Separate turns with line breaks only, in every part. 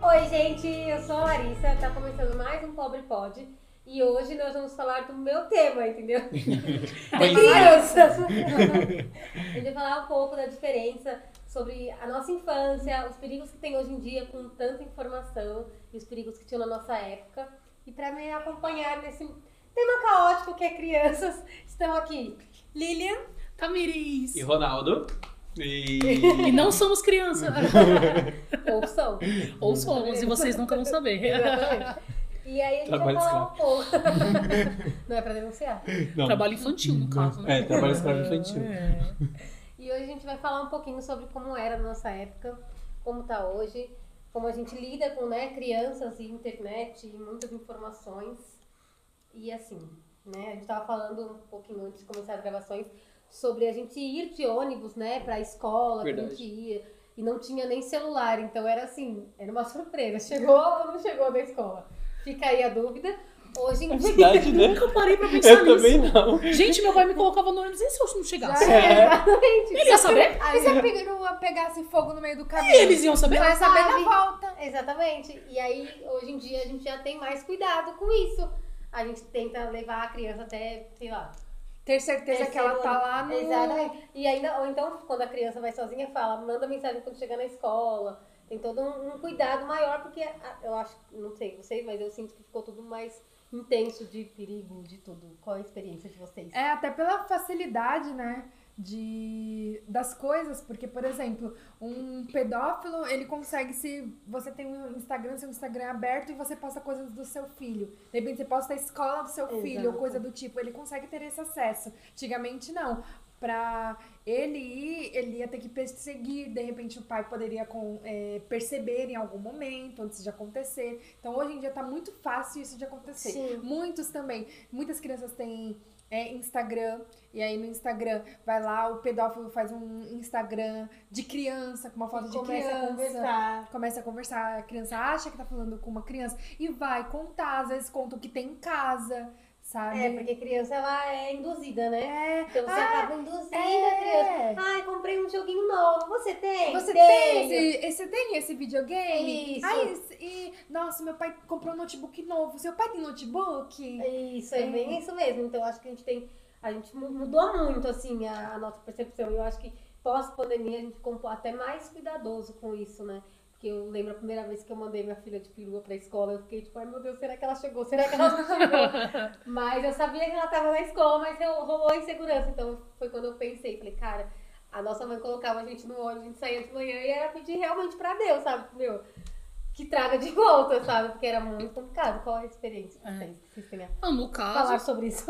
Oi, gente, eu sou a Larissa, tá começando mais um Pobre Pod. E hoje nós vamos falar do meu tema, entendeu?
É,
Crianças! a gente vai falar um pouco da diferença sobre a nossa infância, os perigos que tem hoje em dia com tanta informação e os perigos que tinham na nossa época. E pra me acompanhar nesse tema caótico que é crianças, estão aqui Lilian,
Tamiris.
E Ronaldo. E...
E não somos crianças.
ou são.
Ou somos, e vocês nunca vão saber.
Exatamente. E aí a gente
Trabalho
vai falar um pouco. Não é pra denunciar.
Não.
Trabalho infantil, no caso. né?
É, trabalho escravo infantil.
É.
E hoje a gente vai falar um pouquinho sobre como era a nossa época, como tá hoje, como a gente lida com né, crianças e internet e muitas informações. E assim, né? A gente tava falando um pouquinho antes de começar as gravações sobre a gente ir de ônibus, né, pra escola, que a
Verdade.
gente ia. E não tinha nem celular, então era assim, era uma surpresa. Chegou ou não chegou da escola? Fica aí a dúvida. Hoje em dia.
Verdade, né?
Nunca parei pra pensar
Eu
nisso.
também não.
Gente, meu pai me colocava no ônibus e se eu não chegasse?
Já é, exatamente.
Ele ia saber?
Aí você pegou- pegasse fogo no meio do caminho.
é.
E eles iam
Você
saber?
vai é saber
Sabe.
na volta.
Exatamente. E aí, hoje em dia, a gente já tem mais cuidado com isso. A gente tenta levar a criança até, sei lá.
Ter certeza que ela tá lá no.
Exatamente. E ainda, ou então, quando a criança vai sozinha, fala, manda mensagem quando chegar na escola. Tem todo um, um cuidado maior, porque a- eu acho, não sei, não sei, mas eu sinto que ficou tudo mais intenso de perigo, de tudo. Qual a experiência de vocês?
É, até pela facilidade, né? De, das coisas, porque, por exemplo, um pedófilo, ele consegue se você tem um Instagram, seu Instagram é aberto e você posta coisas do seu filho. De repente você posta a escola do seu filho, ou
Exato.
coisa do tipo, ele consegue ter esse acesso. Antigamente não. Pra ele ir, ele ia ter que perseguir, de repente o pai poderia com, é, perceber em algum momento, antes de acontecer. Então hoje em dia tá muito fácil isso de acontecer.
Sim.
Muitos também. Muitas crianças têm é, Instagram. E aí no Instagram vai lá, o pedófilo faz um Instagram de criança, com uma foto de
Começa
criança.
a conversar.
Começa a conversar, a criança acha que tá falando com uma criança e vai contar, às vezes conta o que tem em casa, sabe?
É, porque criança, ela é induzida, né?
É,
Então você
Ah,
acaba induzindo a criança.
é.
Ai, comprei um joguinho novo. Você tem?
Você tem
Tenho.
esse, esse, tem esse videogame?
Isso.
Ah, esse- e, nossa, meu pai comprou um notebook novo. Seu pai tem notebook?
Isso, é bem isso mesmo. Então, eu acho que a gente tem. A gente mu- mudou muito, assim, a, a nossa percepção. E eu acho que pós-pandemia a gente ficou um po- até mais cuidadoso com isso, né? Porque eu lembro a primeira vez que eu mandei minha filha de perua pra escola, eu fiquei tipo, ai meu Deus, será que ela chegou? Será que ela não chegou? mas eu sabia que ela tava na escola, mas eu, rolou a insegurança. Então foi quando eu pensei, falei, cara, a nossa mãe colocava a gente no ônibus, a gente saía de manhã e era pedir realmente pra Deus, sabe? Meu, que traga de volta, sabe? Porque era muito complicado. Qual a experiência que
É.
vocês- que vocês têm a
Ah, no
falar
caso.
sobre isso.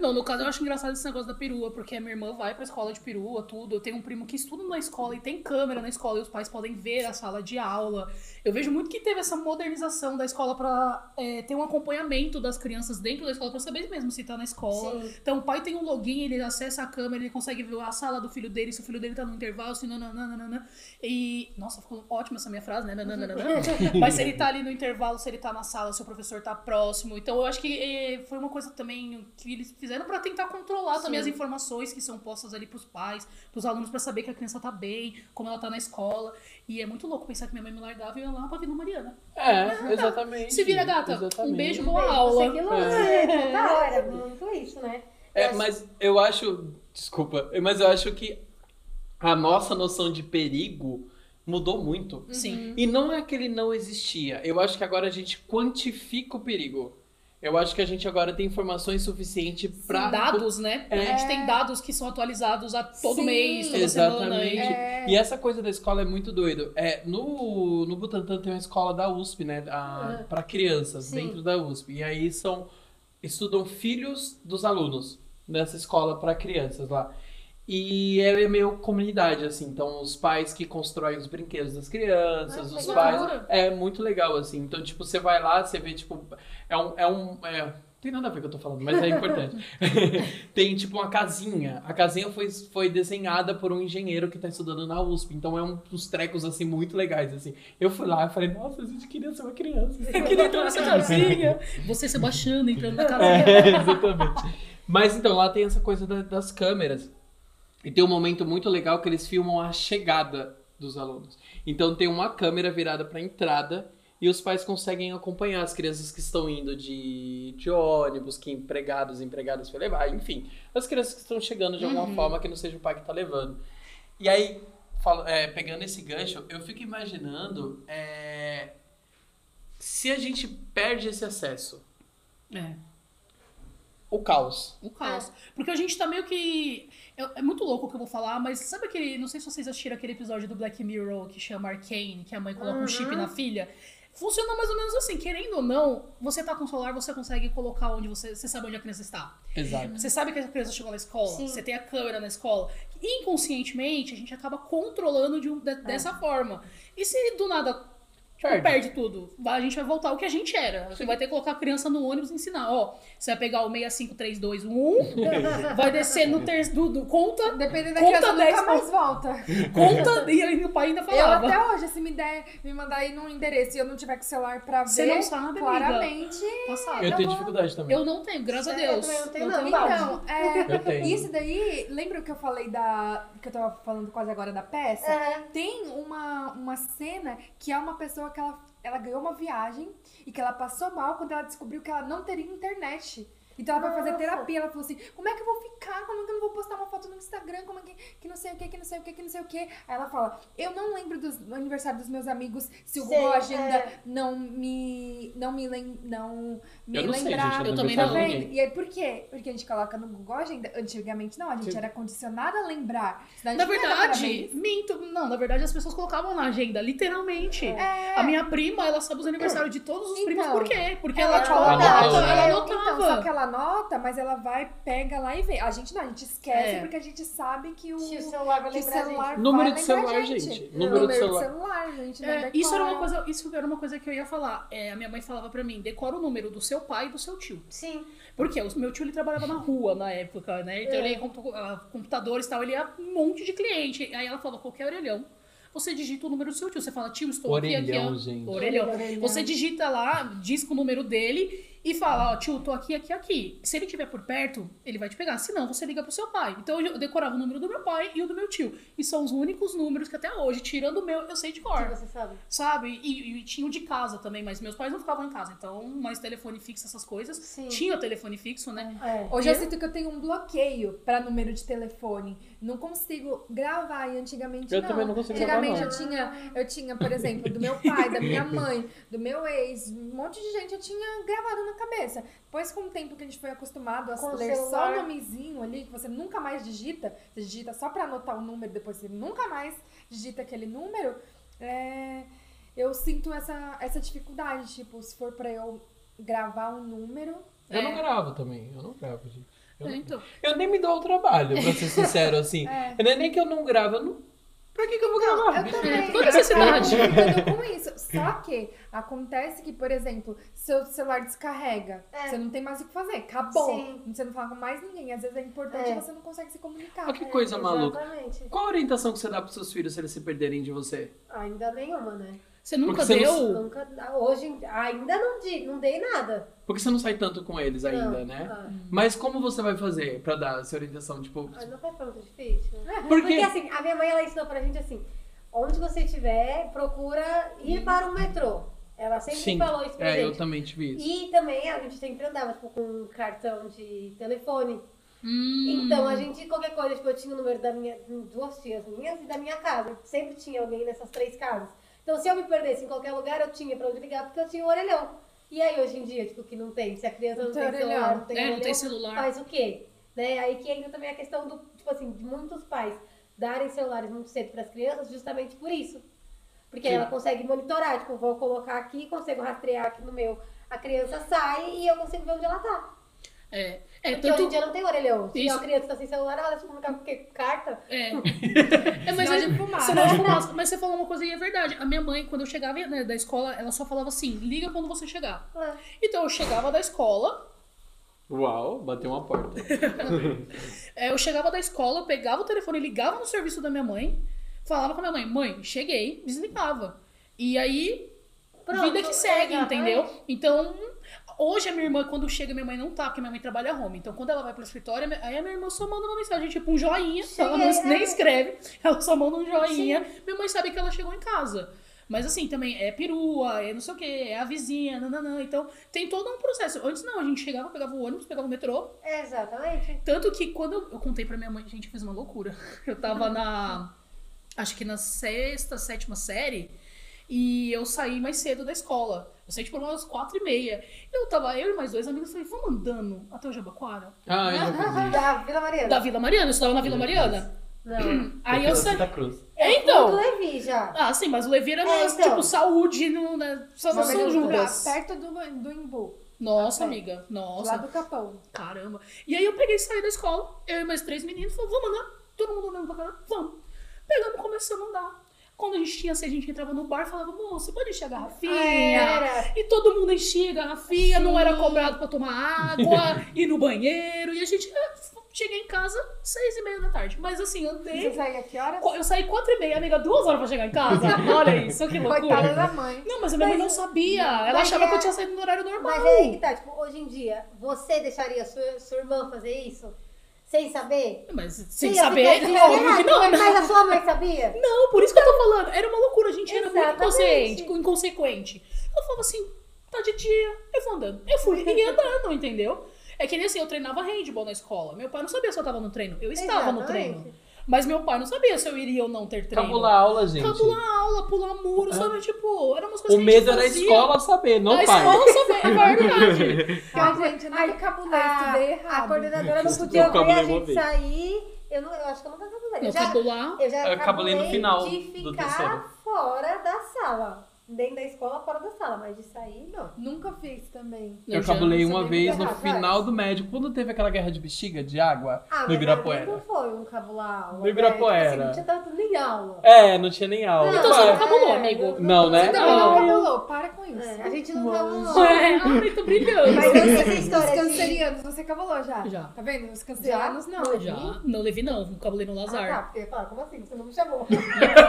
Não, no caso eu acho engraçado esse negócio da perua, porque a minha irmã vai pra escola de perua, tudo. Eu tenho um primo que estuda na escola e tem câmera na escola e os pais podem ver a sala de aula. Eu vejo muito que teve essa modernização da escola pra é, ter um acompanhamento das crianças dentro da escola pra saber mesmo se tá na escola. Então o pai tem um login, ele acessa a câmera, ele consegue ver a sala do filho dele, se o filho dele tá no intervalo, se não, não, não, não, não, não. E. Nossa, ficou ótima essa minha frase, né? Não, não, não, não, não. Mas se ele tá ali no intervalo, se ele tá na sala, se o professor tá próximo. Então eu acho que eh, foi uma coisa também que eles fizeram pra tentar controlar também as
Sim.
informações que são postas ali pros pais, pros alunos, pra saber que a criança tá bem, como ela tá na escola. E é muito louco pensar que minha mãe me largava e eu ia lá pra Vila Mariana.
É, exatamente.
Se vira, gata. Um
Exatamente.
beijo, boa aula.
Você que luta, né? Total, era muito isso, né?
É, mas eu acho. Desculpa, mas eu acho que a nossa noção de perigo mudou muito.
Uhum.
Sim.
E não é que ele não existia. Eu acho que agora a gente quantifica o perigo. Eu acho que a gente agora tem informações suficientes pra.
dados, né?
É.
A gente tem dados que são atualizados a todo
Sim.
mês, toda semana.
Exatamente.
e-
É.
E essa coisa da escola é muito doido. É, no, no Butantan tem uma escola da USP, né? A, pra crianças,
Ah. Sim.
dentro da USP. E aí são. Estudam filhos dos alunos nessa escola pra crianças lá. E é meio comunidade, assim. Então, os pais que constroem os brinquedos das crianças,
Ah,
os
legal.
pais. É muito legal, assim. Então, tipo, você vai lá, você vê, tipo. É um. É um é, tem nada a ver com o que eu tô falando, mas é importante. tem, tipo, uma casinha. A casinha foi, foi desenhada por um engenheiro que tá estudando na USP. Então, é um dos trecos, assim, muito legais, assim. Eu fui lá e falei, nossa, a gente queria ser uma criança.
Eu queria entrar nessa casinha. Você, Sebastião, entrando na casinha.
É, exatamente. Mas então, lá tem essa coisa da- das câmeras. E tem um momento muito legal que eles filmam a chegada dos alunos. Então tem uma câmera virada pra entrada e os pais conseguem acompanhar as crianças que estão indo de, de ônibus, que empregados, empregadas vai levar, enfim, as crianças que estão chegando de alguma forma que não seja o pai que está levando. E aí, fala- é, pegando esse gancho, eu fico imaginando é, se a gente perde esse acesso,
É,
o caos.
o caos. Porque a gente tá meio que. É, é muito louco o que eu vou falar, mas sabe aquele. Não sei se vocês assistiram aquele episódio do Black Mirror que chama Arcane, que a mãe coloca um chip
Uhum.
na filha. Funciona mais ou menos assim, querendo ou não, você tá com o celular, você consegue colocar onde você. Você sabe onde a criança está.
Exato.
Você sabe que a criança chegou na escola,
Sim.
você tem a câmera na escola. Inconscientemente, a gente acaba controlando de um- de- dessa forma. E se do nada tipo,
Perde.
perde. tudo, vai- a gente vai voltar ao que a gente era. Você vai ter que colocar a criança no ônibus e ensinar. Ó, você vai pegar o 653211, vai descer no terço do, do conta,
Dependendo da
Conta
criança, nunca
10
mais volta.
conta, e aí o pai ainda
Eu
falava.
até hoje, se me der, me mandar aí num endereço e eu não tiver com o celular pra ver,
Você não sabe, amiga.
claramente.
Passado.
Eu
tá
tenho
bom.
dificuldade também.
Ah, Eu não tenho, graças a
É, eu
Deus.
também não tenho, não. Igual.
Então, é,
Eu tenho.
isso daí, lembra o que eu falei da. que eu tava falando quase agora da peça?
É.
Tem uma, uma cena que é uma pessoa que ela, ela ganhou uma viagem e que ela passou mal quando ela descobriu que ela não teria internet. Então ela vai fazer
Nossa.
terapia, ela falou assim, como é que eu vou ficar? Como é que eu não vou postar uma foto no Instagram? Como é que, que não sei o que, que não sei o que, que não sei o que. Aí ela fala, eu não lembro dos- do aniversário dos meus amigos se o
Sei,
Google Agenda
é.
não me. não me, lem, não me
Eu não sei,
lembrar.
gente, eu
eu
não vejo
também
Tá
não.
nada
vendo?
ninguém.
E aí, por quê? Porque a gente coloca no Google Agenda. Antigamente não, a gente
Sim.
era condicionada a lembrar. Senão a
Na
gente não era
verdade,
parabéns.
minto. Não, na verdade as pessoas colocavam na agenda, literalmente. A minha prima, ela sabe os aniversários de todos os primos,
É. Então,
por quê? Porque
ela
ela, tipo,
coloca-
anotava,
Anotava,
ela
É,
anotava.
Então, só que ela anota, mas ela vai, pega lá e vê. A gente não, a gente esquece
É.
porque a gente sabe que o,
Se o celular vai
que o
lembrar,
celular vai
Número de
lembrar a
celular,
gente.
gente.
O
Número de celular.
celular, gente. não
É, isso, era uma
decora.
coisa, isso era uma coisa que eu ia falar. É, a minha mãe falava pra mim, decora o número do seu pai e do seu tio.
gente. Sim.
Porque o meu tio, ele trabalhava na rua na época, né? Então
É.
ele ia em compu- ah, computadores e tal, ele ia um monte de cliente. Aí ela falava, qualquer orelhão, você digita o número do seu tio. Você fala, tio, estou aqui, aqui. ó.
Orelhão, gente.
Orelhão. Você digita lá, diz com o número dele e fala, ó, tio, tô aqui, aqui, aqui. Se ele estiver por perto, ele vai te pegar. Se não, você liga pro seu pai. Então eu decorava o número do meu pai e o do meu tio. E são os únicos números que até hoje, tirando o meu, eu sei de
Que
cor.
você sabe.
Sabe? E, e tinha o de casa também, mas meus pais não ficavam em casa. Então, mais telefone fixo, essas coisas.
Sim.
Tinha telefone fixo, né?
É.
Hoje eu sinto que eu tenho um bloqueio pra número de telefone. Não consigo gravar e antigamente
Eu
não.
também não consigo gravar,
Antigamente
não.
eu tinha, eu tinha, por exemplo, do meu pai, da minha mãe, do meu ex, um monte de gente eu tinha gravado na cabeça. Depois com o tempo que a gente foi acostumado a
Com o
ler só
celular.
o nomezinho ali que você nunca mais digita, você digita só pra anotar o número, depois você nunca mais digita aquele número, é, eu sinto essa essa dificuldade, tipo, se for pra eu gravar um número,
Eu não
É.
gravo também, eu não gravo, gente. Eu,
É,
não-
então.
eu nem me dou o trabalho, pra ser sincero, assim.
É.
Não é nem que eu não gravo, eu não... pra que, que eu vou gravar?
Eu também.
Toda essa
eu
cidade.
fico lidando com isso. Só que acontece que, por exemplo, seu celular descarrega.
É.
Você não tem mais o que fazer. Acabou.
Sim.
Você não fala com mais ninguém. Às vezes é importante
É.
você não consegue se comunicar. né?
Olha que coisa maluca.
Exatamente.
Qual a orientação que você dá pros seus filhos se eles se perderem de você?
Ainda nenhuma, né?
Você nunca
você
deu.
não-
Nunca. Hoje ainda não, di, não dei nada.
Porque você não sai tanto com eles ainda,
Não.
né?
Ah.
Mas como você vai fazer pra dar essa orientação? Tipo,
Ah, não foi tanto difícil.
Por
Porque
quê?
assim, a minha mãe ela ensinou pra gente assim: onde você estiver, procura ir para o metrô. Ela sempre
sim.
falou isso pra
É, eu
gente.
também tive isso.
E também a gente sempre andava tipo, com um cartão de telefone.
Hum,
Então a gente, qualquer coisa, tipo, eu tinha o número da minha, hum, duas tias minhas e da minha casa. Sempre tinha alguém nessas três casas. Então se eu me perdesse em qualquer lugar, eu tinha pra onde ligar, porque eu tinha o orelhão. E aí hoje em dia, tipo, que não tem. Se a criança não,
Não
tem,
tem
celular,
orelhão.
não tem
é, não
orelhão,
tem celular.
faz o quê? Né? Aí que ainda também a questão do, tipo assim, de muitos pais darem celulares muito cedo para as crianças justamente por isso. Porque aí
Sim.
ela consegue monitorar, tipo, vou colocar aqui, consigo rastrear aqui no meu. A criança sai e eu consigo ver onde ela tá.
É, é
Porque hoje em
tanto.
dia não tem orelhão. Se
Isso.
a criança tá sem celular, ela vai se comunicar com o quê? Com Carta?
É. é mas
Sinal
a
de fumaça.
Sinal de fumaça. Mas você falou uma coisa e é verdade. A minha mãe, quando eu chegava né, da escola, ela só falava assim: liga quando você chegar.
Ah,
Então eu chegava da escola,
Uau, bateu uma porta.
é, eu chegava da escola, eu pegava o telefone, ligava no serviço da minha mãe, falava com a minha mãe: mãe, cheguei, desligava. E aí, vida
é
que segue,
exatamente.
entendeu? Então. Hoje a minha irmã, quando chega, minha mãe não tá, porque minha mãe trabalha home. Então, quando ela vai pro escritório, aí a minha irmã só manda uma mensagem, tipo um joinha.
Sim,
ela não,
é.
nem escreve, ela só manda um joinha. Minha mãe sabe que ela chegou em casa. Mas assim, também é perua, é não sei o que, é a vizinha, nananã. Então tem todo um processo. Antes não, a gente chegava, pegava o ônibus, pegava o metrô.
Exatamente.
Tanto que quando eu, eu contei pra minha mãe, gente, eu fiz uma loucura. Eu tava na. Acho que na sexta, sétima série. E eu saí mais cedo da escola. Eu saí tipo umas quatro e meia. Eu tava, eu e mais dois amigos, falei, vamos andando até o Jabaquara?
Ah, eu já fiz isso.
Da Vila Mariana.
Da Vila Mariana, eu estudava na Vila Mariana.
Não. tá
Aí
Pela
eu saí.
tá
Santa Cruz.
É,
Então. Do
então.
Levi já.
Ah, sim, mas o Levi era
É,
mais,
então.
tipo saúde no, né, só no
Mas
São
eu-
Judas.
Perto do, do Imbu,
Nossa,
É.
amiga.
lá
Nossa,
do Capão.
caramba. E aí eu peguei e saí da escola, eu e mais três meninos, falou, vamos andar? Todo mundo andando pra caramba, vamos. Pegamos e começamos a andar. Quando a gente tinha sede, a gente entrava no bar e falava, moço, pode encher a garrafinha?
Era.
E todo mundo enchia a garrafinha, não
É. Sim.
era cobrado pra tomar água, ir no banheiro. E a gente ah, f- cheguei em casa seis e meia da tarde. Mas assim, andei.
Você saía que horas?
Qu- Eu saí quatro e meia, amiga, duas horas pra chegar em casa. Olha isso, que
Coitada
é loucura.
da mãe.
Não, mas a minha mãe não sabia. Ela
mas
achava
é-
que eu tinha saído no horário normal.
Mas é aí que tá, tipo, hoje em dia, você deixaria sua, sua irmã fazer isso? Sem saber?
Mas sem
Sim, é eu
saber,
fiquei-
óbvio que
Será?
não, né?
Mas a sua mãe sabia?
Não, por isso que eu tô falando. Era uma loucura, a gente era muito
Exatamente.
inconsciente, inconsequente. Eu falava assim, tá de dia, eu vou andando. Eu fui e ia andando, entendeu? É que nem assim, eu treinava handball na escola. Meu pai não sabia se eu tava no treino. Eu estava no
Exatamente.
treino. Mas meu pai não sabia se eu iria ou não ter treino.
Cabular aula, gente.
Cabular aula, pular muro, sabe? Tipo, era umas coisas
É. O
que a gente
medo era a
fazia.
escola saber, não
a
o pai.
escola saber, é verdade.
Ah, gente, eu nunca cabulei, estudei
a, a
errado.
coordenadora não
Eu
podia ver
cabulei
a
uma
gente
vez.
sair. Eu, não, eu acho que eu nunca cabulei. Eu
Não,
já,
cabular.
eu já
Eu cabulei no final
de
do
ficar
terceiro.
fora da sala. Dentro da escola, fora da sala. Mas de sair, não.
Nunca fiz também.
Eu
né, já-
cabulei
você
uma
lembra
vez
que
no
errado,
final
vai.
do médio, quando teve aquela guerra de bexiga de água
Ah, mas
no
pra mim
Ibirapuera.
não foi um cabular aula.
No
né?
Ibirapuera.
Tipo assim, não tinha tanto nem aula.
É, não tinha nem aula.
Então você
Mas-
não cabulou,
é,
amigo.
Não, né?
Você também não
Não.
cabulou, para com isso.
É, a gente não
Mas-
cabulou.
É, ai, tô brilhando.
Mas essa
Os
história de...
cancerianos, você cabulou já?
Já.
Tá vendo? Os cancerianos não.
Já, não levei não, cabulei no
Ah, tá,
Lazar.
porque, fala, como assim? Você não me chamou.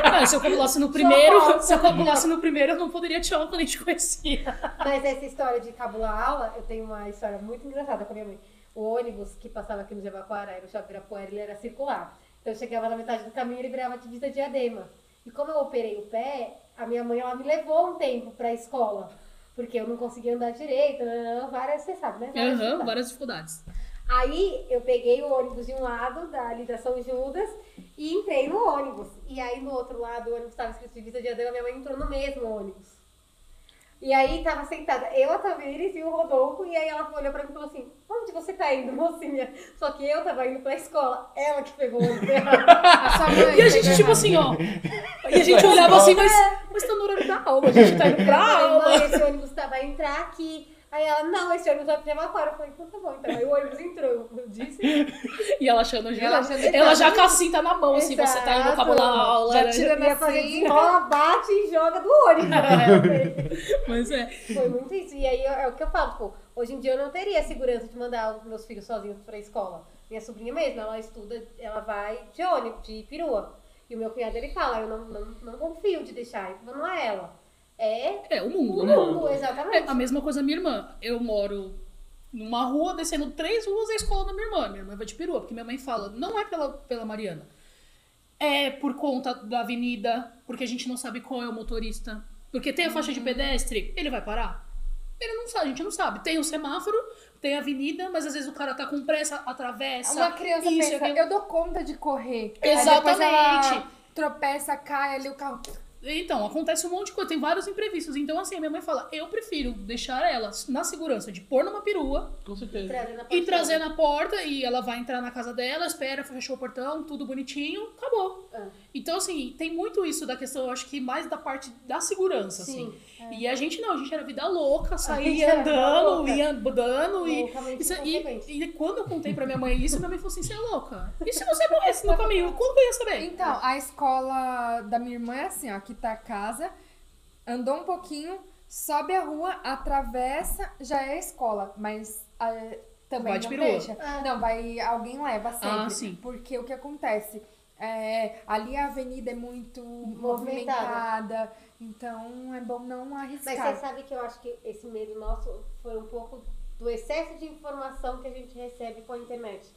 Ah, se eu cabulasse no primeiro,
volta.
se eu cabulasse no primeiro, eu não poderia te chamar quando a gente conhecia.
Mas essa história de cabular aula, eu tenho uma história muito engraçada com a minha mãe. O ônibus que passava aqui no Jabaquara, era o Jabirapuera, ele era circular. Então eu chegava na metade do caminho e ele virava de vista diadema. E como eu operei o pé, a minha mãe ela me levou um tempo pra escola. Porque eu não conseguia andar direito, nananã, várias, você sabe, né? Várias
Aham,
dificuldades.
várias dificuldades.
Aí eu peguei o ônibus de um lado, da, ali da São Judas, e entrei no ônibus. E aí no outro lado o ônibus estava escrito de vista de Adão, minha mãe entrou no mesmo ônibus. E aí tava sentada eu, a Tamires e o Rodolfo, e aí ela olhou pra mim e falou assim: Onde você tá indo, mocinha? Só que eu tava indo pra escola, ela que pegou o ônibus errado.
A sua mãe tá
E a gente,
pegou
tipo
errado.
assim, ó. E a gente olhava assim, mas, mas tá no horário da aula, a gente tá indo pra
Aí,
aula.
mãe, esse ônibus tá, vai entrar aqui. Aí ela, não, esse ônibus vai pra evacuar. Eu falei, então tá bom, então. Aí o ônibus entrou, eu disse.
E ela achando já.
Ela achando
Ela já com a cinta na mão, assim, você tá indo
Exato.
cabular a aula.
Já
né?
tira
Ia fazer
assim.
desenrola, bate e joga do ônibus. Eu falei,
Mas é.
Foi muito isso. E aí é o que eu falo, pô, hoje em dia eu não teria segurança de mandar os meus filhos sozinhos pra escola. Minha sobrinha mesmo, ela estuda, ela vai de ônibus, de perua. E o meu cunhado ele fala, eu não, não, não confio de deixar, então não é ela. É
É, o mundo,
o
né?
mundo,
É,
exatamente.
a mesma coisa minha irmã. Eu moro numa rua, descendo três ruas da escola da minha irmã. Minha irmã vai de perua, porque minha mãe fala, não é pela, pela Mariana. É por conta da avenida, porque a gente não sabe qual é o motorista. Porque tem a faixa
Hum.
de pedestre, ele vai parar? Ele não sabe, a gente não sabe. Tem o semáforo, tem a avenida, mas às vezes o cara tá com pressa, atravessa.
Uma criança
isso,
pensa,
aquilo.
eu dou conta de correr. Aí
Exatamente.
depois ela tropeça, cai ali o carro.
Então, acontece um monte de coisa, tem vários imprevistos. Então, assim, a minha mãe fala, eu prefiro deixar ela na segurança de pôr numa perua
Com certeza.
Trazer na
E
porta.
trazer na porta, e ela vai entrar na casa dela, espera, fechou o portão, tudo bonitinho, acabou.
Ah.
Então, assim, tem muito isso da questão, eu acho que mais da parte da segurança,
Sim, é.
assim. E a gente não, a gente era vida louca,
gente
saía
era
andando,
louca.
ia andando, e,
Loucamente
isso- e,
inconsequente.
e quando eu contei pra minha mãe isso, minha mãe falou assim, você é louca? E se você morresse no caminho, como que eu ia saber?
Então, a escola da minha irmã é assim, ó, aqui tá a casa, andou um pouquinho, sobe a rua, atravessa, já é a escola, mas ah, também
Vai de
não
perua.
deixa.
É.
Não, vai, alguém leva sempre.
Ah, sim.
Porque o que acontece? É, ali a avenida é muito movimentada,
Movimentada.
então é bom não
Mas
arriscar.
você sabe que eu acho que esse medo nosso foi um pouco do excesso de informação que a gente recebe com a internet.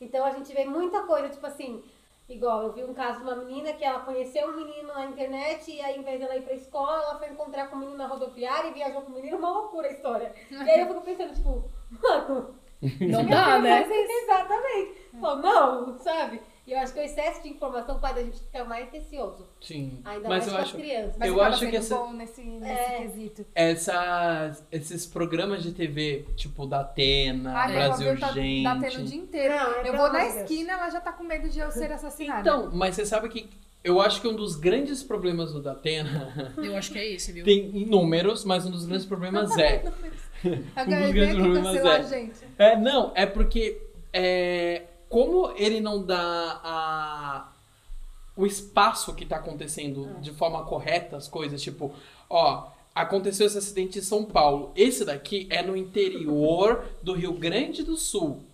Então a gente vê muita coisa, tipo assim, Igual, eu vi um caso de uma menina que ela conheceu um menino na internet e aí, ao invés dela ir pra escola, ela foi encontrar com o menino na rodoviária e viajou com o menino, uma loucura a história. E aí eu fico pensando, tipo, mano,
Não
eu
dá,
quero
né?
fazer isso, Exatamente. Pô, não, sabe? E eu acho que o excesso de informação faz a gente ficar mais receoso.
Sim.
Ainda mais
Mas eu
com
acho
as crianças.
Mas
Eu
acaba
acho que
sendo
essa-
bom nesse, nesse
É.
quesito.
essas, esses programas de TV, tipo da Atena,
é,
Ah, minha
Brasil
avó tá
Gente.
batendo o dia inteiro.
Não, é
eu
pelo
vou
amor
na
de Deus.
esquina, ela já tá com medo de eu ser
assim
assassinada.
Então, mas você sabe que eu acho que um dos grandes problemas do Datena
Eu acho que é esse, viu?
tem inúmeros, mas um dos grandes problemas é.
a
dos
HIV
grandes
que
problemas
cancelou a
é-
gente.
É, não, é porque é, como ele não dá a, o espaço que tá acontecendo de forma correta as coisas, tipo, ó, aconteceu esse acidente em São Paulo. Esse daqui é no interior do Rio Grande do Sul.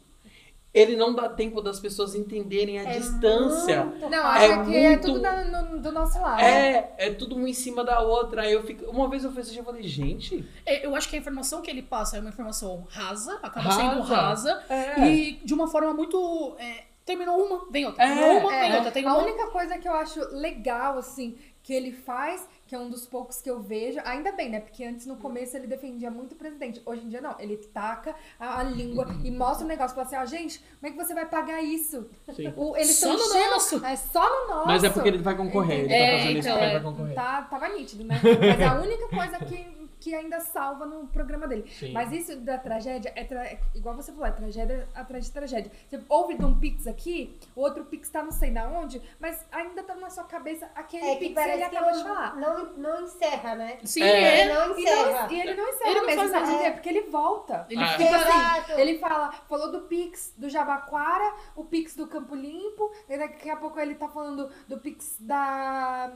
Ele não dá tempo das pessoas entenderem a
É
distância.
muito
Não,
fácil.
acho
É
que é
muito-
tudo da- no- do nosso lado.
É, é tudo uma em cima da outra. Aí eu fico. Uma vez eu fiz isso e falei, gente.
É, Eu acho que a informação que ele passa é uma informação rasa, acaba
Rasa.
sendo rasa,
É.
e de uma forma muito. é, terminou uma, vem outra.
É,
Terminou uma, vem
É,
outra. Tem
a
uma.
única coisa que eu acho legal, assim, que ele faz, que é um dos poucos que eu vejo, ainda bem, né? Porque antes, no começo, ele defendia muito o presidente. Hoje em dia, não. Ele taca a, a língua e mostra o negócio. Fala assim, ó, gente, como é que você vai pagar isso?
Sim.
O- eles
Só
tão
no
enchendo-
nosso.
É só no nosso.
Mas é porque ele vai concorrer. Ele
É,
tá fazendo isso
então,
porque ele
é.
vai concorrer.
Tá, tava nítido, né? Mas é a única coisa que, que ainda salva no programa dele.
Sim.
Mas isso da tragédia é tra- é igual você falou, é tragédia atrás de tragédia. Você ouve de um pix aqui, o outro pix tá não sei na onde, mas ainda tá na sua cabeça aquele
É que
pix que ele
parece que
acabou de
não,
falar.
não, não encerra, né?
Sim,
É.
é.
Não
E,
encerra.
não, e ele não encerra
Ele não
mesmo,
faz
sabe
nada.
por quê? Porque ele volta.
Ele
Ah.
fica assim.
Exato.
Tipo Ele fala, falou do Pix do Jabaquara, o Pix do Campo Limpo, e daqui a pouco ele tá falando do Pix da,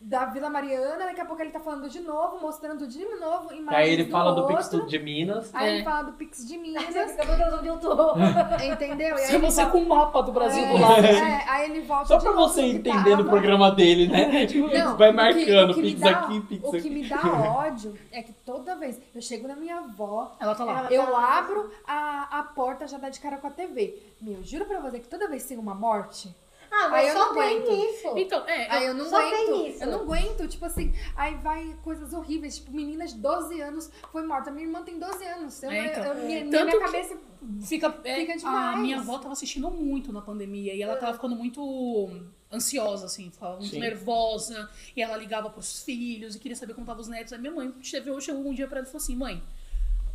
da Vila Mariana, daqui a pouco ele tá falando de novo, mostrando de novo imagens
Aí ele fala do
Tá, outro,
Pix de Minas.
Aí ele
É.
fala do Pix de
Ai, meu
Minas,
Deus, onde né, eu tô?
É. entendeu? E aí
Você,
ele
você com o mapa do Brasil do
é,
lado.
É, aí ele volta
né? Só
de
pra
novo
você
no que
entender no
tava.
programa dele, né? Tipo, ele
tá, Não,
vai
o que-
marcando
o que me
Pix
dá-
aqui, Pix
O que
aqui.
me dá ódio é que toda vez eu chego na minha avó,
Ela tá lá.
Ela-
eu
tá-
abro a, a porta, já dá de cara com a TV. Meu, juro pra você que toda vez que tem uma morte,
Ah,
Aí
mas
eu
só
não
tem
aguento.
isso.
Então, é.
tá Aí eu não
Só
aguento.
tem isso.
Eu não aguento, tipo assim, aí vai coisas horríveis, tipo, menina de 12 anos foi morta. Minha irmã tem 12 anos. Eu,
É, então.
eu- eu- minha,
Tanto
minha
que-
cabeça.
Fica, é,
Fica
a
demais. É.
minha avó tava assistindo muito na pandemia e ela tava ficando muito ansiosa, assim, tava muito
Sim.
nervosa. E ela ligava pros filhos e queria saber como tava os netos. Aí minha mãe chegou, chegou um dia pra ela e falou assim: mãe,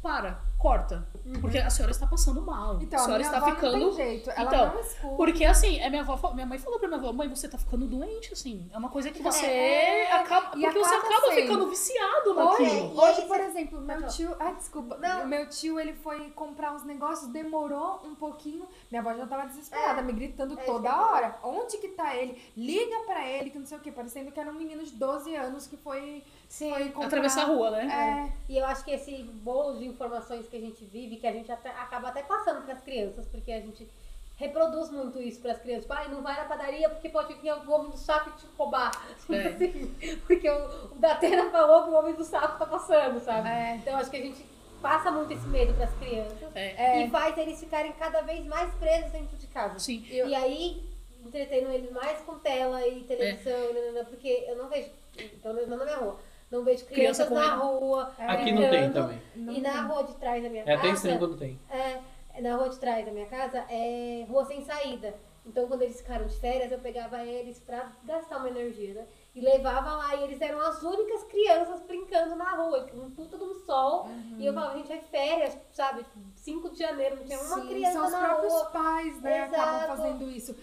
para, corta. Porque a senhora está passando mal.
Uhum. Então,
a
a
senhora
minha
está
avó não
ficando.
tem jeito. Ela
Então,
não escuta.
Porque assim, é minha avó, fa- minha mãe falou pra minha avó, mãe, você tá ficando doente, assim. É uma coisa que você
É,
acaba.
e
Porque você
acaba
acaba
sendo.
ficando viciado
Hoje,
naquilo.
E
hoje,
aí
por
você-
exemplo, meu
Pode
tio. Ah, desculpa.
Não.
Meu tio, ele foi comprar uns negócios, demorou um pouquinho. Minha avó já tava desesperada, me gritando
É isso que
toda
eu ia
hora. Onde que tá ele? Liga pra ele, que não sei o quê. Parecendo que era um menino de 12 anos que foi,
Sim.
foi comprar.
Atravessar a rua, né?
É.
E eu acho que esse bolo de informações que a gente vive, que a gente até- acaba até passando para as crianças, porque a gente reproduz muito isso para as crianças. Pai, não vai na padaria porque pode vir o homem do saco e te roubar.
É.
Assim, porque o, o Datena falou que o homem do saco tá passando, sabe?
É.
Então acho que a gente passa muito esse medo para as crianças
É.
É.
e faz eles ficarem cada vez mais presos dentro de casa.
Sim.
Eu-
E aí, entretendo eles mais com tela e televisão, nananã, porque eu não vejo, pelo menos não na minha rua, não vejo
Criança
crianças na rua.
Aqui não tem
brincando.
também.
É. Não
e na
tem.
rua de trás da minha
É até
casa.
estranho quando tem.
é, na rua de trás da minha casa é rua sem saída. Então quando eles ficaram de férias, eu pegava eles pra gastar uma energia, né? E levava lá, e eles eram as únicas crianças brincando na rua, um puta de um sol.
Uhum.
E eu falava, gente, é férias, sabe? 5 de janeiro, não tinha uma
Sim,
criança
são os
na
próprios
rua.
pais, né, acabam
Exato.
fazendo isso.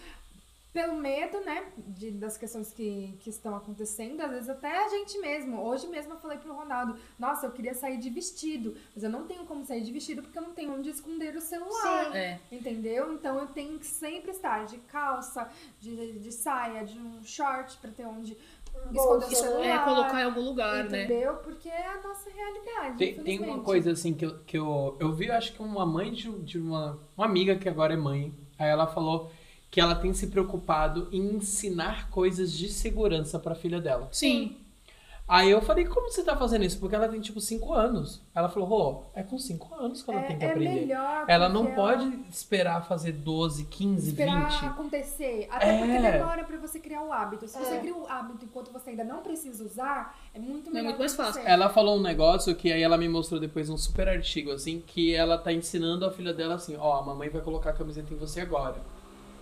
Pelo medo, né, de- das questões que, que estão acontecendo, às vezes até a gente mesmo. Hoje mesmo eu falei pro Ronaldo, nossa, eu queria sair de vestido, mas eu não tenho como sair de vestido porque eu não tenho onde esconder o celular,
Sim.
É.
entendeu? Então eu tenho que sempre estar de calça, de, de saia, de um short pra ter onde
Um
esconder o
bolso, né?
celular,
É colocar em algum lugar, né?
entendeu? Porque é a nossa realidade,
Tem, tem uma
infelizmente.
coisa assim que eu, que eu, eu vi, eu acho que uma mãe de, de uma, uma amiga que agora é mãe. Aí ela falou que ela tem se preocupado em ensinar coisas de segurança pra filha dela.
Sim.
Aí eu falei, como você tá fazendo isso? Porque ela tem, tipo, 5 anos. Ela falou, Rô, é com 5 anos que ela tem que
é
aprender.
melhor.
Ela
porque
não pode esperar fazer 12, 15,
Esperar
20.
acontecer. Até porque
É.
demora pra você criar o hábito. Se você
É.
cria o hábito enquanto você ainda não precisa usar, é muito
É
melhor.
muito mais
pra
fácil.
você.
Ela falou um negócio que aí ela me mostrou depois um super artigo, assim, que ela tá ensinando a filha dela assim, ó, a mamãe vai colocar a camiseta em você agora.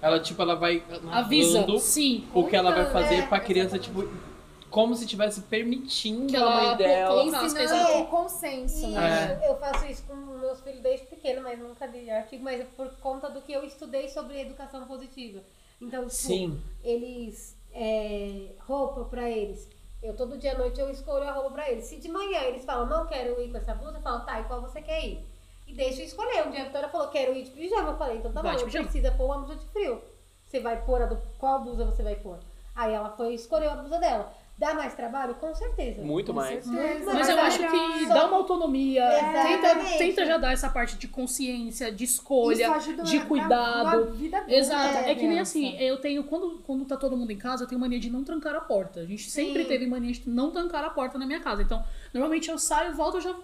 Ela, tipo, ela vai
Avisa,
narrando
sim.
o que ela vai fazer
É,
pra criança, tipo,
exatamente.
como se estivesse permitindo
Que
a
ela
mãe dela.
colocou- Colocar as coisas
Ensinando
no-
o consenso,
É.
E
né?
eu faço isso com meus filhos desde pequeno, mas nunca li artigo, mas é por conta do que eu estudei sobre educação positiva. Então, tipo,
Sim.
eles. é, roupa pra eles. Eu todo dia à noite eu escolho a roupa pra eles. Se de manhã eles falam, não quero ir com essa blusa, eu falo, tá, e qual você quer ir? E deixa eu escolher. Um dia a Vitória falou, quero ir de pijama. Eu falei, então tá
Vai de
bom,
pijama.
não precisa pôr uma blusa de frio. Você vai pôr a do. Qual blusa você vai pôr? Aí ela foi e escolheu a blusa dela. Dá mais trabalho? Com certeza.
Muito
Com
mais.
Mas
certeza.
Mas eu
vai
acho
dar-
que
um
só-
dá uma autonomia. Tenta,
Exatamente.
tenta já dar essa parte de consciência, de
Isso
escolha.
ajuda
de
na- na-
cuidado.
na vida adulta
Exato.
da
É, que nem
criança.
assim, eu tenho, quando, quando tá todo mundo em casa, eu tenho mania de não trancar a porta. A gente sempre
Sim.
teve mania de não trancar a porta na minha casa. Então, normalmente eu saio, volto, eu já abro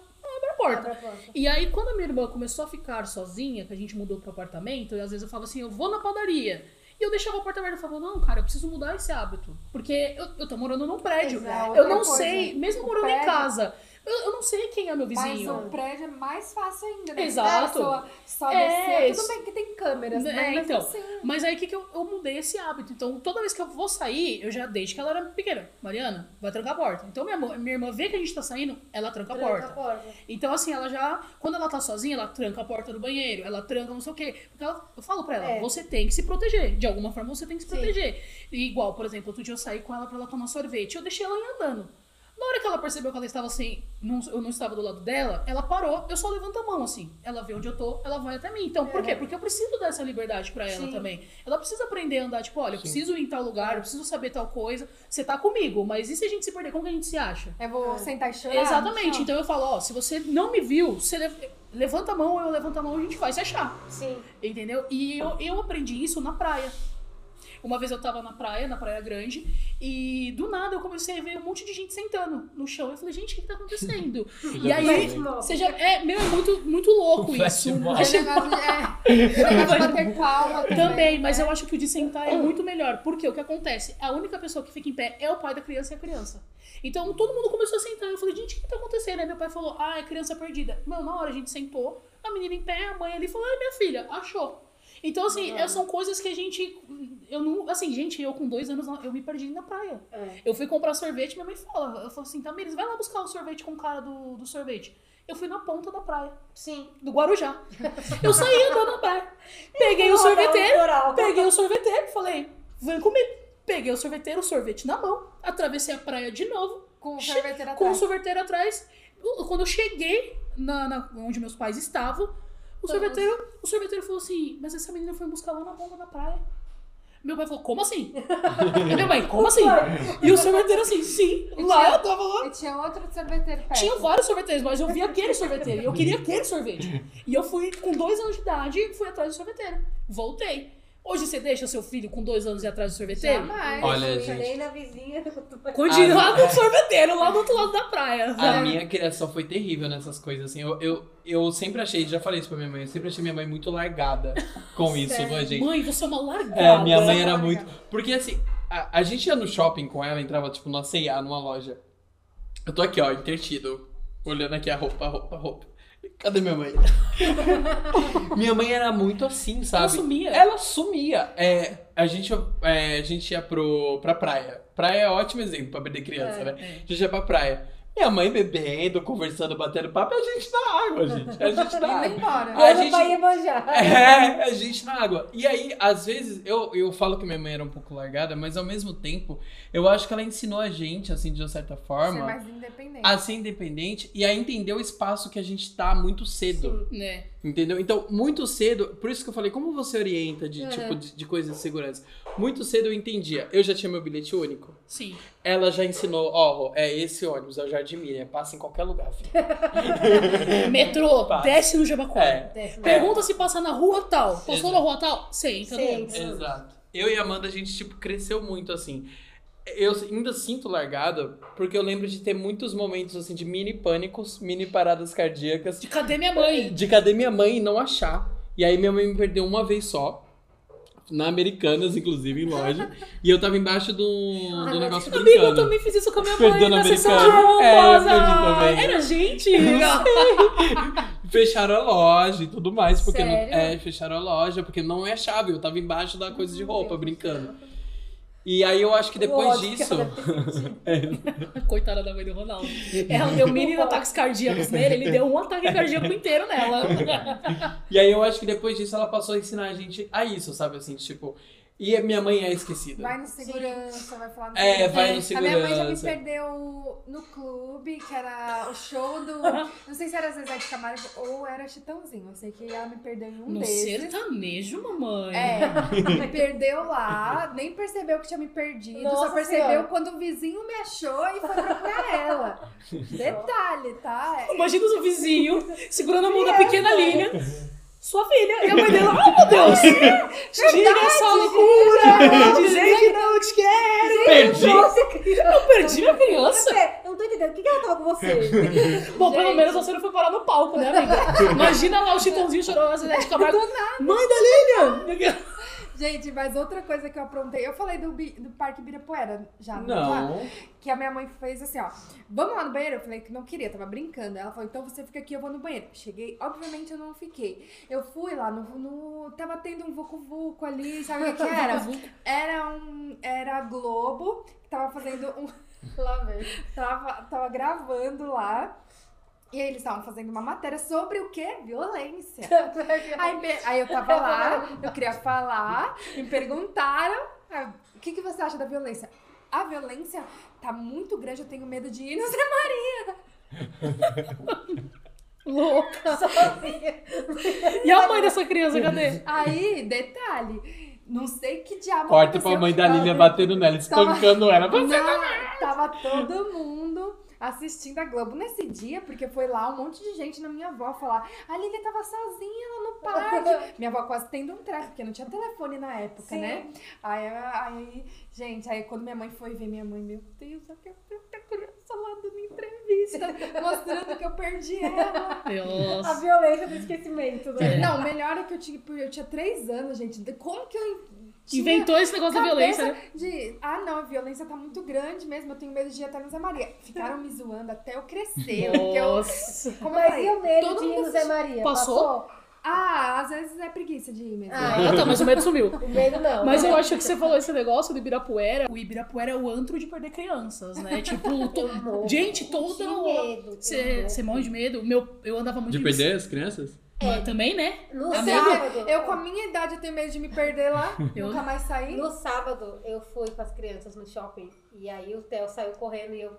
a porta.
Abre a porta.
E aí, quando a minha irmã começou a ficar sozinha, que a gente mudou pro apartamento, e às vezes eu falava assim, eu vou na padaria. E eu deixava a porta aberta e falava, não, cara, eu preciso mudar esse hábito. Porque eu, eu tô morando num prédio.
Exato.
Eu não
Outra coisa,
sei, mesmo
o
morando em
prédio-
casa, eu, eu não sei quem é meu
Mas
vizinho.
o prédio é mais fácil ainda, né?
Exato.
A pessoa só
É,
descer.
isso-
Tudo bem que tem câmeras,
É,
né? Mas
então.
assim,
Mas aí o que, que eu, eu mudei esse hábito? Então, toda vez que eu vou sair, eu já desde que ela era pequena, Mariana, vai trancar a porta. Então, minha, mo- minha irmã vê que a gente tá saindo, ela tranca a
Tranca
porta. Então, assim, ela já. Quando ela tá sozinha, ela tranca a porta do banheiro, ela tranca não sei o quê. Porque ela- eu falo pra ela,
É.
você tem que se proteger. De alguma forma você tem que se
Sim.
proteger. E igual, por exemplo, outro dia eu saí com ela pra ela tomar sorvete. Eu deixei ela ir andando. Na hora que ela percebeu que ela estava assim, não- eu não estava do lado dela, ela parou, eu só levanto a mão assim. Ela vê onde eu tô, ela vai até mim. Então, por quê? Porque eu preciso dar essa liberdade pra ela
É. Sim.
também. Ela precisa aprender a andar, tipo, olha, eu
Sim.
preciso ir em tal lugar, eu preciso saber tal coisa. Você tá comigo, mas e se a gente se perder? Como que a gente se acha?
eu vou sentar e chorar.
É. Exatamente. Então eu falo, ó, se você não me viu, você lev- levanta a mão, eu levanto a mão, a gente vai se achar.
Sim.
Entendeu? E eu, eu aprendi isso na praia. Uma vez eu tava na praia, na Praia Grande, e do nada eu comecei a ver um monte de gente sentando no chão. Eu falei, gente, o que que tá acontecendo? e aí,
Flash mob.
você já. É, meu, é muito, muito louco
Flash
isso. né?
mob.
É negócio de,
Então,
é, negócio de bater palma também.
Também, mas eu acho que o de sentar é muito melhor. Porque o que acontece? A única pessoa que fica em pé é o pai da criança e a criança. Então todo mundo começou a sentar. Eu falei, gente, o que tá acontecendo? Aí meu pai falou, ah, é criança perdida. Meu, na hora a gente sentou, a menina em pé, a mãe ali falou, ah, minha filha, achou. Então, assim, é- são coisas que a gente. Eu não. Assim, gente, eu com dois anos, eu me perdi na praia.
É.
Eu fui comprar sorvete, minha mãe fala. Eu falo assim, Tamires, vai lá buscar o sorvete com o cara do, do sorvete. Eu fui na ponta da praia,
Sim.
do Guarujá. Eu saí andando na praia. Peguei o
Moral,
sorveteiro.
um moral.
Peguei o sorveteiro, falei, vem comigo. Peguei o sorveteiro, o sorvete na mão, atravessei a praia de novo,
Com o
Che-
sorveteiro
com o
atrás.
sorveteiro atrás. Eu- Quando eu cheguei na, na- onde meus pais estavam, o sorveteiro, o sorveteiro falou assim, mas essa menina foi me buscar lá na bomba da praia. Meu pai falou, como assim? Meu pai, como assim? E o sorveteiro assim, sim, lá eu tava lá.
E tinha É. outro sorveteiro perto.
Tinha vários sorveteiros, mas eu vi aquele sorveteiro. e Eu queria aquele sorvete. E eu fui com dois anos de idade fui atrás do sorveteiro. Voltei. Hoje você deixa seu filho com dois anos e atrás do sorveteiro?
Jamais.
Olha,
Eu
gente.
nem um na vizinha.
Continua com o sorveteiro lá do outro lado da praia. né?
A
sabe?
minha criação foi terrível nessas coisas, assim. Eu, eu, eu sempre achei, já falei isso pra minha mãe, eu sempre achei minha mãe muito largada com isso,
Sério?
né, gente?
Mãe, você é uma largada.
É, minha mãe era
Olha.
muito. Porque assim, a, a gente ia no shopping com ela, entrava tipo numa C&A, numa loja. Eu tô aqui, ó, intertido, olhando aqui a roupa, a roupa, a roupa. Cadê minha mãe? minha mãe era muito assim, sabe?
Ela sumia.
Ela sumia. É, a, gente, é, a gente ia pro, pra praia. Praia é ótimo exemplo pra perder criança,
É,
né? A gente ia pra praia. Minha mãe bebendo, conversando, batendo papo, e a gente na água, gente. A gente na
Indo
água.
embora.
A
Aí
gente-
meu pai ia manjar.
É, a gente na água. E aí, às vezes, eu, eu falo que minha mãe era um pouco largada, mas ao mesmo tempo, eu acho que ela ensinou a gente, assim, de uma certa
Ser
forma,
mais independente.
a ser independente e a entender o espaço que a gente tá muito cedo.
Sim.
Né?
Entendeu? Então, muito cedo, por isso que eu falei, como você orienta de,
Uhum.
tipo, de, de coisa de segurança? Muito cedo eu entendia. Eu já tinha meu bilhete único.
Sim.
Ela já ensinou, ó, Rô, é esse ônibus, é o Jardim Miriam, passa em qualquer lugar, filho.
É. Metrô,
Passa.
desce no Jabaquara.
É,
Desce, né?
Pergunta se passa na rua tal. Passou
Exato.
na rua tal? Sei, então.
Sim.
dentro.
Exato. Eu e a Amanda, a gente, tipo, cresceu muito, assim. eu ainda sinto largada, porque eu lembro de ter muitos momentos assim de mini pânicos, mini paradas cardíacas,
De cadê minha mãe?
de cadê minha mãe e não achar. E aí minha mãe me perdeu uma vez só. Na Americanas, inclusive, em loja. E eu tava embaixo do, do um negócio
Amigo, eu
brincando.
também fiz isso com a minha mãe né?
Perdona
na sessão de
americana. É, eu
roupas.
perdi também.
Era gente?
Fecharam a loja e tudo mais. Porque não-
Sério?
é, fecharam a loja, porque não é chave. Eu tava embaixo da coisa de roupa, brincando. E aí eu acho que
O
depois
ódio que
disso.
ela deve ter sentido.
Ah, Coitada da mãe do Ronaldo. Ela deu mini ataques cardíacos nele, ele deu um ataque cardíaco inteiro nela.
E aí eu acho que depois disso ela passou a ensinar a gente a isso, sabe? Assim, tipo, e a minha mãe é esquecida.
Vai no segurança, vai falar no
É, vai no
A minha mãe já me
segurança.
perdeu no clube, que era o show do. Não sei se era Zezé de Camargo ou era Chitãozinho. Eu sei que ela me perdeu em um
No
desses.
sertanejo, mamãe.
É, me perdeu lá, nem percebeu que tinha me perdido,
Nossa
só percebeu
Senhora.
quando o vizinho me achou e foi procurar ela. Detalhe, tá?
Imagina o seu vizinho segurando a mão da pequena Lilian. Sua filha. E a mãe dela, oh meu Deus! Tira essa loucura! Dizer que não te quero!
Perdi!
Nossa, criança.
Eu perdi minha criança!
Eu não tô entendendo. O que que ela tava com você?
Bom, pelo
Gente.
menos você não foi parar no palco, né, amiga? Imagina lá o Chitãozinho chorando, a Zé de Camargo. Mãe da Lilian!
Gente, mas outra coisa que eu aprontei, eu falei do, bi- do Parque Birapuera já, tá? já?
Não.
que a minha mãe fez assim, ó. Vamos lá no banheiro? Eu falei que não queria, tava brincando. Ela falou, então você fica aqui, eu vou no banheiro. Cheguei, obviamente eu não fiquei. Eu fui lá no. no- tava tendo um vucu-vucu ali, sabe o que, que era? Era um. Era a Globo, que tava fazendo um.
Lá vem.
Tava, tava gravando lá. E aí eles estavam fazendo uma matéria sobre o quê? Violência. Aí, me- aí eu tava lá, eu queria falar, me perguntaram ah, o que, que você acha da violência? A violência tá muito grande, eu tenho medo de ir no Zé Maria.
Louca!
Sozinha.
E a mãe dessa criança, cadê?
Aí, detalhe, não sei que diabo.
Corta pra
aconteceu.
mãe da Lilian batendo nela, espancando ela. Mas
Não, tava todo mundo assistindo a Globo nesse dia, porque foi lá um monte de gente na minha avó falar. A Lilian tava sozinha lá no parque. Minha avó quase tendo um treco, porque não tinha telefone na época,
Sim.
né? Aí, aí, gente, aí quando minha mãe foi ver minha mãe, meu Deus, a minha filha tá criança lá dando entrevista, mostrando que eu perdi ela.
A
Nossa!
violência do esquecimento, né?
Não, o melhor é que eu tinha, eu tinha três anos, gente. Como que eu tinha
Inventou esse negócio da
Cabeça
violência, né?
de, ah não, a violência tá muito grande mesmo, eu tenho medo de ir até no Zé Maria. Ficaram me zoando até eu crescer, porque eu...
Nossa!
Como eu
Mas
falei,
e o medo
todo
de ir
mundo
no Zé Maria?
É. Passou?
ah, às vezes é preguiça de ir mesmo.
Ah,
Ah, tá, mas o medo sumiu.
o medo não.
Mas
né?
eu acho que você falou esse negócio do Ibirapuera. O Ibirapuera é o antro de perder crianças, né? Tipo, to-
Eu morro.
gente,
De medo.
toda.
eu morro.
é um- Você morre de medo? Meu, eu andava muito
De perder as crianças?
Mas Também, né?
No
Amigo,
sábado.
Eu com a minha idade eu tenho medo de me perder lá,
Eu-
nunca mais sair.
No sábado, eu fui com as crianças no shopping. E aí o Theo saiu correndo e eu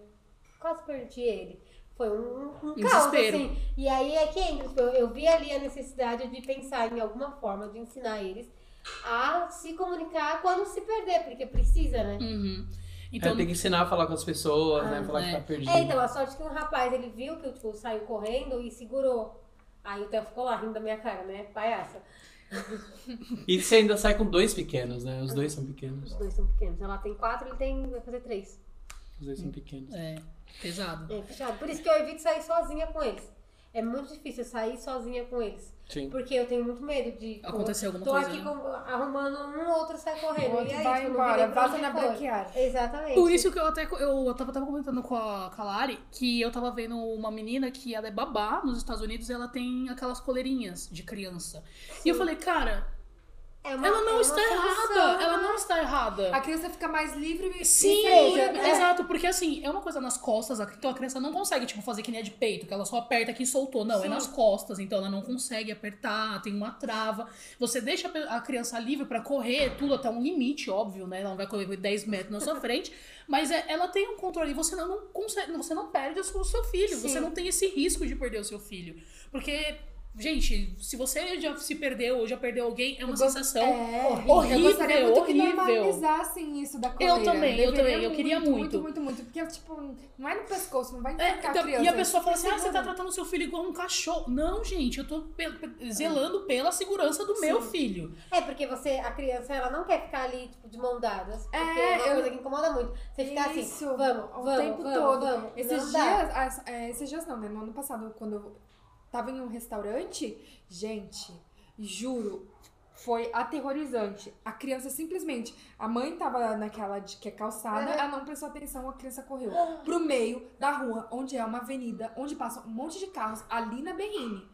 quase perdi ele. Foi um, um caos,
desespero.
assim. E aí é que entra, tipo, eu, eu vi ali a necessidade de pensar em alguma forma de ensinar eles a se comunicar quando se perder, porque precisa, né?
Uhum.
Então,
Então,
tem que ensinar a falar com as pessoas, né? Falar que
é.
tá perdido.
É, então, a sorte que um rapaz, ele viu que eu, tipo, saiu correndo e segurou. Aí o Theo ficou lá rindo da minha cara, né? Palhaça.
E você ainda sai com dois pequenos, né? Os dois são pequenos.
Os dois são pequenos. Ela tem quatro, ele tem... vai fazer três.
Os dois são pequenos.
é pesado.
É fechado. Por isso que eu evito sair sozinha com eles. É muito difícil sair sozinha com eles.
Sim.
Porque eu tenho muito medo de.
Acontecer alguma
tô
coisa,
aqui
né?
com- arrumando um outro sai correndo.
O outro
e aí,
vai
tipo, não
embora,
virei pra
vaza
outra
na
coisa.
branqueada.
Exatamente.
Por isso que eu até eu tava, tava comentando com a, com a Lari que eu tava vendo uma menina que ela é babá nos Estados Unidos e ela tem aquelas coleirinhas de criança. E eu falei, cara,
É uma-
ela
é
não
uma
está
solução,
errada.
né?
Ela não está errada.
A criança fica mais livre e
Sim,
seja, né?
exato, porque assim, é uma coisa nas costas, então a criança não consegue, tipo, fazer que nem é de peito, que ela só aperta aqui e soltou. Não, é
Sim.
nas costas, então ela não consegue apertar, tem uma trava. Você deixa a criança livre pra correr, tudo até um limite, óbvio, né? Ela não vai correr 10 metros na sua frente, mas é- ela tem um controle. Você não, não consegue, você não perde o seu, o seu filho,
Sim.
você não tem esse risco de perder o seu filho. Porque Gente, se você já se perdeu ou já perdeu alguém, é uma
gosto-
sensação.
É,
horrível,
Eu gostaria muito que
horrível.
normalizassem isso da coleira.
também, eu
Deveria
também, eu queria muito.
Muito, muito, muito. Porque, tipo, não é no pescoço, não vai
É,
enforcar
então,
a criança. né?
e a pessoa fala assim: ah, você tá
Uhum.
tratando seu filho igual um cachorro. Não, gente, eu tô pe- pe- zelando pela segurança do meu
Sim.
filho.
É, porque você, a criança, ela não quer ficar ali, tipo, de mão dadas. Porque
É,
é uma
eu-
coisa que incomoda muito. Você ficar assim,
Isso,
vamos, vamos,
o tempo
vamos,
todo.
vamos.
Esses
não dá.
dias, as- é, esses dias não, né? No ano passado, quando eu tava em um restaurante, gente, juro, foi aterrorizante. A criança simplesmente, a mãe tava naquela de que é calçada,
Uhum.
ela não prestou atenção, a criança correu pro meio da rua, onde é uma avenida, onde passa um monte de carros, ali na Berrine.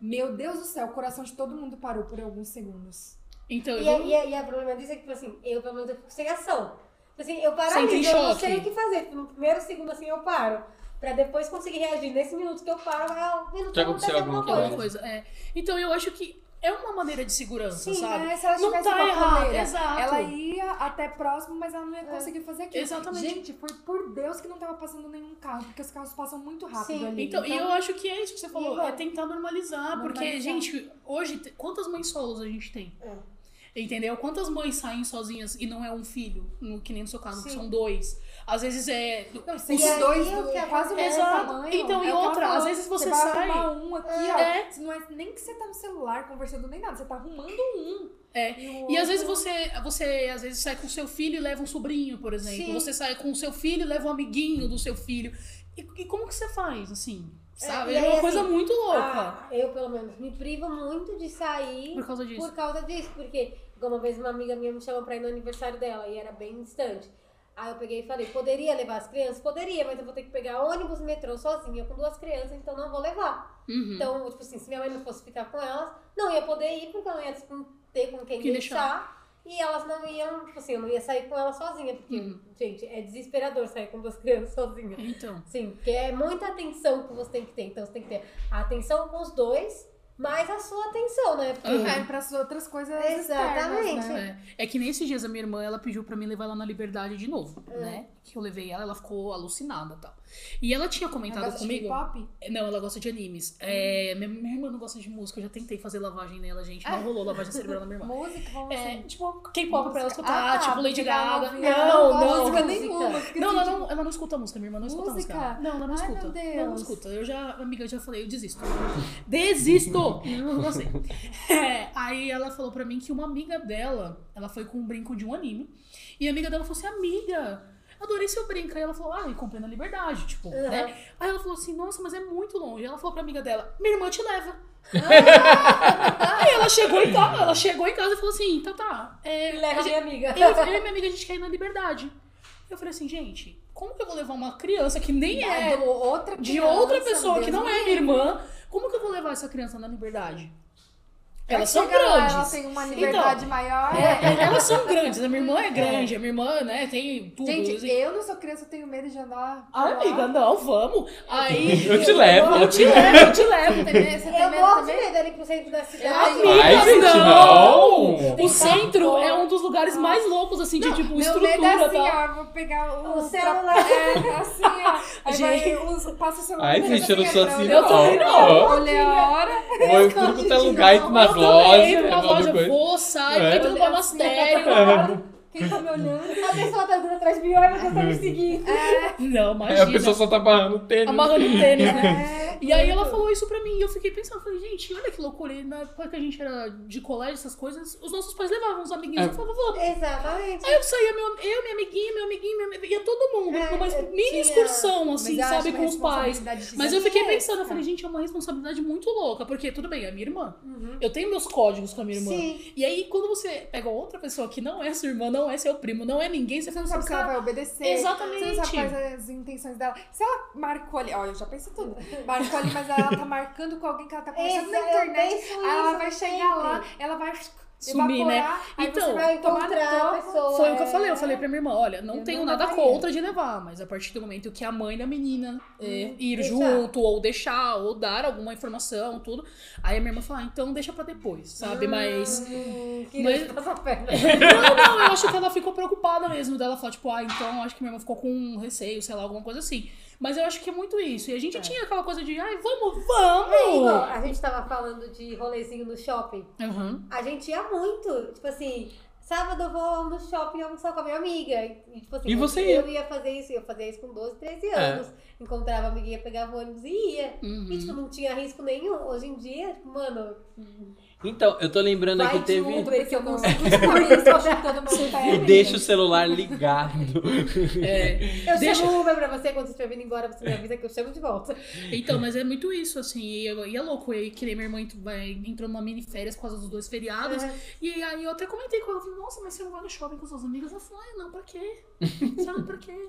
Meu Deus do céu, o coração de todo mundo parou por alguns segundos.
Então,
E,
eu
a-
não-
e, a- e a problema disso é que, tipo assim, eu pelo menos eu fico sem ação. Tipo Assim, eu paro
Sente
ali, eu não
choque.
sei o que fazer. Tipo, No primeiro segundo, assim, eu paro. Pra depois conseguir reagir. Nesse minuto que eu paro, ah, eu não tá
Já aconteceu
acontecendo
alguma
alguma
é uma
coisa.
coisa.
coisa. é. Então eu acho que é uma maneira de segurança,
Sim,
sabe?
né? Se ela
Não
tivesse
tá
uma
errado,
coleira,
exato.
Ela é ia até próximo, mas ela não ia
É.
conseguir fazer aquilo.
Exatamente.
Gente, foi por Deus que não tava passando nenhum carro, porque os carros passam muito rápido
Sim.
ali.
Então, e eu acho que é isso que você falou,
Igor.
é tentar normalizar, porque,
Normalizar.
gente, hoje, te- quantas mães solos a gente tem?
É.
Entendeu? Quantas mães saem sozinhas e não é um filho, no- que nem no seu caso, que
Sim.
são dois. Às vezes é.
Não, sem
E
os
aí,
dois,
o
do,
que
quase o mesmo
Exato.
tamanho.
Então, e
É o que ela
outra,
falou,
às vezes você
vai
sai-
arrumar um aqui, ó.
É.
Não é nem que você tá no celular conversando nem nada, você tá arrumando um.
É.
E, o
E às
outro-
vezes você, você às vezes sai com seu filho e leva um sobrinho, por exemplo.
Sim.
Você sai com seu filho e leva um amiguinho do seu filho. E, e como que você faz, assim? Sabe?
e
É,
aí,
uma coisa
assim,
muito louca.
Ah, eu, pelo menos, me privo muito de sair
por causa disso.
Por causa disso, porque uma vez uma amiga minha me chamou pra ir no aniversário dela e era bem distante. Aí eu peguei e falei, poderia levar as crianças? Poderia, mas eu vou ter que pegar ônibus, metrô sozinha com duas crianças, então não vou levar.
Uhum.
Então, tipo assim, se minha mãe não fosse ficar com elas, não ia poder ir porque eu não ia tipo, ter com quem
Que
deixar. E elas não iam, tipo assim, eu não ia sair com elas sozinha, porque,
Uhum.
gente, é desesperador sair com duas crianças sozinha.
Então.
Sim, porque é muita atenção que você tem que ter. Então você tem que ter a atenção com os dois, mais a sua atenção, né? Porque
Uhum.
É, pras outras coisas
Exatamente.
externas, né?
É. É que nem esses dias a minha irmã, ela pediu pra mim levar ela na liberdade de novo, né? Que eu levei ela, ela ficou alucinada e tal. E ela tinha
Ela
comentado
gosta de
Então, comigo.
K-pop?
Não, ela gosta de animes. É, minha, minha irmã não gosta de música, eu já tentei fazer lavagem nela, gente. Não
Ah.
rolou lavagem cerebral na minha irmã.
Música, vamos
É,
assim.
tipo, K-pop pra ela escutar,
Ah, tá,
tipo Lady
porque ela
Gaga.
ouvia-
Não,
gosta de
não.
música nenhuma. fica
Não,
assim,
ela
tipo,
não, ela não escuta música, minha irmã não escuta
Música?
música. Não, ela não
Ai,
escuta.
meu Deus.
Não, não escuta. Eu já, amiga, eu já falei, eu desisto. Desisto! não gostei. É, aí ela falou pra mim que uma amiga dela, ela foi com um brinco de um anime. E a amiga dela falou assim, amiga, adorei seu brinco. Aí ela falou, ah, eu comprei na liberdade, tipo,
Uhum.
né? Aí ela falou assim, nossa, mas é muito longe. Ela falou pra amiga dela, minha irmã te leva.
Ah!
Aí ela chegou em casa, ela chegou em casa e falou assim, tá, tá. É,
leva
a gente-
minha amiga.
eu, eu e minha amiga, a gente quer ir na liberdade. Eu falei assim, gente, como que eu vou levar uma criança que nem é,
do- outra
de
criança,
outra pessoa,
Deus
que não
me
é minha irmã, como que eu vou levar essa criança na liberdade?
Vai
Elas são
chegar
grandes.
lá, É
Então,
ela tem um uma liberdade maior.
É, elas são grandes. A minha irmã é grande, a minha irmã, né, tem tudo.
Gente,
assim.
eu não sou criança, eu tenho medo de andar.
Ah, amiga, não, vamos. Aí.
Eu te levo.
Eu te levo, eu te levo.
Você tem medo, você tem
Eu
medo
gosto de
também?
medo ali pro centro da cidade.
Amigas,
Ai, gente, não!
O centro é um dos lugares mais loucos, assim, de tipo,
Tá Meu
estrutura tá?
medo é assim,
tal.
ó, vou pegar o,
O celular.
É, assim, ó. Aí
Gente.
vai, usa- passa o celular.
Ai,
pra
gente, eu não
criança,
sou
pra
assim,
olhar.
Eu também não.
Olhei a hora.
Vou em tudo quanto é lugar, entro nas
Eu também,
lojas,
entro nas lojas,
qualquer né? coisa.
vou, saio,
É.
entro no
olhei assim,
monastério.
pra cara. Quem tá me olhando?
A pessoa tá andando atrás de mim, olha, você tá me seguindo.
Não,
É, a
imagina.
pessoa só tá barrando o tênis.
Amarrando o tênis, né?
É,
E aí ela falou isso pra mim e eu fiquei pensando, falei, gente, olha que loucura. E Na época que a gente era de colégio, essas coisas, os nossos pais levavam os amiguinhos
É.
e falavam, vamos.
Exatamente.
Aí eu saía, meu, eu, minha amiguinha, meu amiguinho, meu amiguinho, ia todo mundo,
É,
numa
eu
mini
tinha-
excursão, assim,
mas
sabe,
eu acho
com
uma
os pais.
responsabilidade
Mas eu fiquei
gigantesca.
pensando, eu falei, gente, é uma responsabilidade muito louca, porque tudo bem, é minha irmã.
Uhum.
Eu tenho meus códigos com a minha irmã.
Sim.
E aí, quando você pega outra pessoa que não é sua irmã, não é seu primo, não é ninguém, você
Você não
fala,
sabe se ela
cara,
vai obedecer. Você não
Exatamente.
sabe quais as intenções dela. Se ela marcou ali, ó, eu já pensei tudo. Marcou ali, mas ela tá marcando com alguém que ela tá conversando
Essa,
na
eu
internet.
penso
Aí ela
isso
vai chegar
sempre.
lá, ela vai
sumir, né?
evaporar, aí você
Então,
vai
Pra
tomar no
encontrar a
topo.
pessoa.
Foi o que eu
é.
falei, eu falei pra minha irmã, olha, não
Eu
tenho
não
nada
levaria. Hum,
contra de levar, mas a partir do momento que a mãe da menina é, ir
deixar.
junto, ou deixar, ou dar alguma informação, tudo, aí a minha irmã fala, ah, então deixa pra depois,
Ah.
sabe? Mas
Hum,
Mas-
queria passar a perna.
Não, não, eu acho que ela ficou preocupada mesmo dela falar, tipo, ah, então acho que minha irmã ficou com receio, sei lá, alguma coisa assim. Mas eu acho que é muito isso. E a gente tinha aquela coisa de, ai, vamos,
Aí, ó,
vamos!
a gente tava falando de rolezinho no shopping.
Uhum.
A gente ia muito. Tipo assim, sábado eu vou no shopping almoçar com a minha amiga. E, tipo assim,
E você ia?
eu ia fazer isso, eu fazia isso com 12, 13 anos. Encontrava a amiguinha, pegava o ônibus e ia.
Uhum.
E tipo, não tinha risco nenhum. Hoje em dia, tipo, mano,
Então, eu tô lembrando
vai
aqui,
de
teve.
Uber, que eu não
E deixa o celular ligado.
É.
Eu
Deixa-
chamo o Uber pra você quando você estiver vindo embora, você me avisa que eu chamo de volta.
Então, mas é muito isso, assim. E, eu- e é louco. E aí, que nem minha irmã ent- vai- entrou numa mini férias por causa dos dois feriados. E aí eu até comentei com ela, falei, nossa, mas você não vai no shopping com suas amigas? Ela falou, ah, não, pra quê? Sabe, pra quê?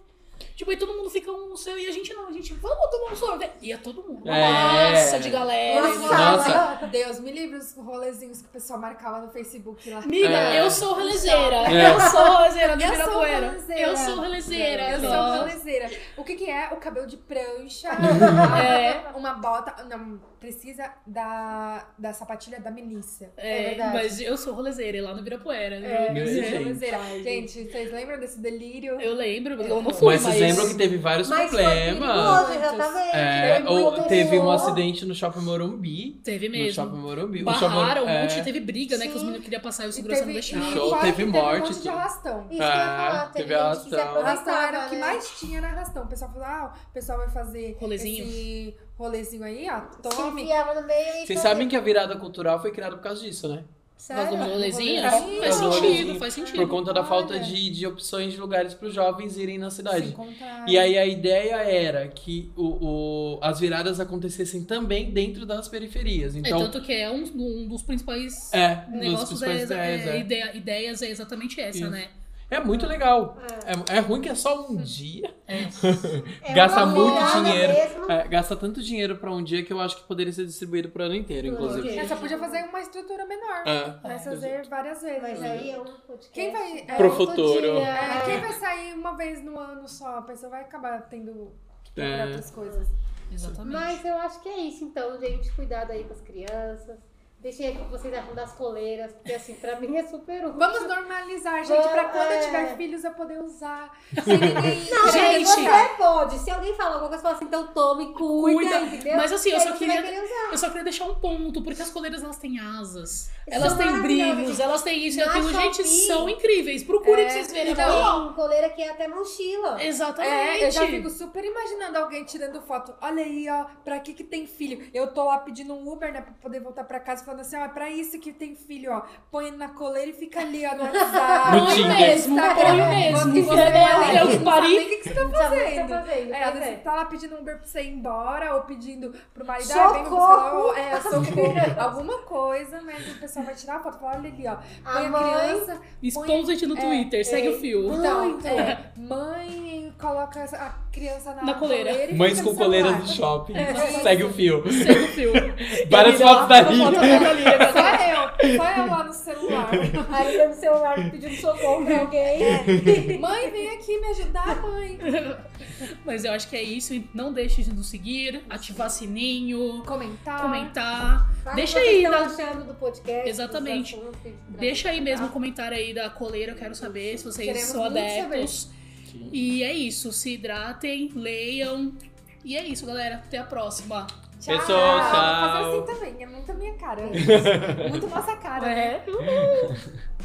Tipo, aí todo mundo fica um no seu e a gente não, a gente, vamos tomar um sorvete. E é todo mundo.
É.
Nossa, de galera.
Nossa,
Nossa.
Deus, me livre os rolezinhos que o pessoal marcava no Facebook lá.
Amiga,
É.
eu sou relezeira.
É.
Eu sou relezeira do
Eu sou
Ibirapuera.
relezeira.
Eu sou relezeira.
Eu sou
nossa.
rolezeira. O que que é? O cabelo de prancha,
É.
uma bota... Não, precisa da, da sapatilha da milícia.
É
É,
verdade.
mas eu sou rolezeira lá no Ibirapuera. né?
É,
Meu
eu sou
Deus, gente.
rolezeira. Gente, vocês lembram desse delírio?
Eu lembro, eu não fui,
Mas
mas...
vocês lembram que teve vários
Mas foi
problemas?
perigoso, né? tá exatamente.
É,
Teve
ou
muito
teve um
perigo.
acidente no shopping Morumbi.
Teve
No
mesmo.
shopping Morumbi. O shopping
Barraram um
Morumbi-
monte,
é.
teve briga, né? Que os
Sim.
meninos queriam passar e os
E
segurança não
teve-
deixavam.
e
Show,
fora que
teve morte,
Um monte de
tudo.
arrastão.
Isso que eu ia falar,
É,
teve,
teve
gente que se
ação.
Arrastão
aproveitava,
era o que
né?
mais tinha na arrastão. O pessoal falava, ah, o pessoal vai fazer
Rolezinho.
esse rolezinho aí, ó,
Se
tome.
enfiava no meio e
Vocês
fazia.
sabem que a virada cultural foi criada por causa disso, né?
Nós
Sério?
damos rolezinho?
Faz
assim, é, Faz,
Faz
um
sentido,
rolezinho.
faz sentido.
Por conta da falta
Olha.
de, de opções de lugares para os jovens irem na
Se
cidade.
encontrar.
E aí a ideia era que o, o- as viradas acontecessem também dentro das periferias.
É
Então,
tanto que é um, um dos principais
é, um dos
negócios, é,
principais
é,
ideias, é.
ideia- ideias é exatamente essa,
Isso.
né?
É muito legal.
É.
É, é ruim que é só um dia.
É
Gasta
uma
muito
virada
dinheiro.
mesmo.
É, gasta tanto dinheiro pra um dia que eu acho que poderia ser distribuído pro ano inteiro, inclusive.
Mas Só podia fazer uma estrutura menor.
É.
Vai fazer várias vezes. né?
Mas aí é um podcast.
Quem vai-
É
Pro
outro
futuro.
dia.
É, quem vai sair uma vez no ano só? A pessoa vai acabar tendo que procurar
É.
outras coisas.
Exatamente.
Mas eu acho que é isso, então, gente. Cuidado aí com as crianças. Deixem aqui que vocês acham das coleiras, porque assim, pra mim é super útil.
Vamos normalizar, gente, pra quando eu
É.
tiver filhos eu poder usar. Sem ninguém.
Não,
Gente,
gente, Ah, você pode. Se alguém falar alguma coisa, fala assim, então tome, cuida,
Cuida.
entendeu?
Mas, assim, eu
E aí
só
você vai
queria-
querer
ah.
usar.
Eu só queria deixar um ponto, porque as coleiras elas têm asas,
São
elas têm
maravilhosas,
brilhos,
gente.
elas têm isso e
Na
aquilo. Gente,
Shopee.
são incríveis. Procurem pra
É,
vocês verem. é
então-
bom.
Tem coleira que é até mochila.
Exatamente.
É, eu já fico super imaginando alguém tirando foto. Olha aí, ó, pra que que tem filho? Eu tô lá pedindo um Uber, né, pra poder voltar pra casa, falando assim, ó, é pra isso que tem filho, ó. Põe na coleira e fica ali, ó, no WhatsApp.
No Tinder.
Põe mesmo, põe mesmo.
Quando
Você
você
é
olha,
Deus
não
que
sabe
pariu.
nem O que, que você tá
Sabe o que você
fazendo?
tá fazendo?
É, às
pois
vezes você tá lá pedindo um Uber pra você ir embora, ou pedindo pro marido, ah, vem me buscar,
Socorro!
ou, é, socorro, alguma coisa, mas o pessoal vai tirar a foto e falar, olha ali, ó, põe
A
a
mãe...
criança,
Expôs a gente no
É,
Twitter, segue o fio.
então, é, mãe coloca essa- a criança na,
Na coleira.
e
Mães
fica
com
no
coleiras
celular.
do shopping.
É.
Segue o fio.
Segue o fio.
Várias
Ele
fotos
lá,
da
foto
Lívia.
da Lívia.
Só eu, só eu lá no celular.
Aí tem no celular pedindo socorro pra alguém.
É.
Mãe, vem aqui me ajudar, mãe.
Mas eu acho que é isso. E Não deixe de nos seguir, ativar sininho,
Comentar.
comentar.
Fala
Deixa
o que
aí,
vocês
dá-
estão achando do podcast.
Exatamente.
dos assuntos, da-
Deixa aí mesmo o comentário aí da coleira, eu quero saber se vocês
Queremos
são
muito
adeptos. E é isso, se hidratem, leiam. E é isso, galera. Até a próxima.
Tchau.
Pessoal,
Ah, Vou fazer
tchau.
assim também, é muito a minha cara. Muito nossa cara.
É.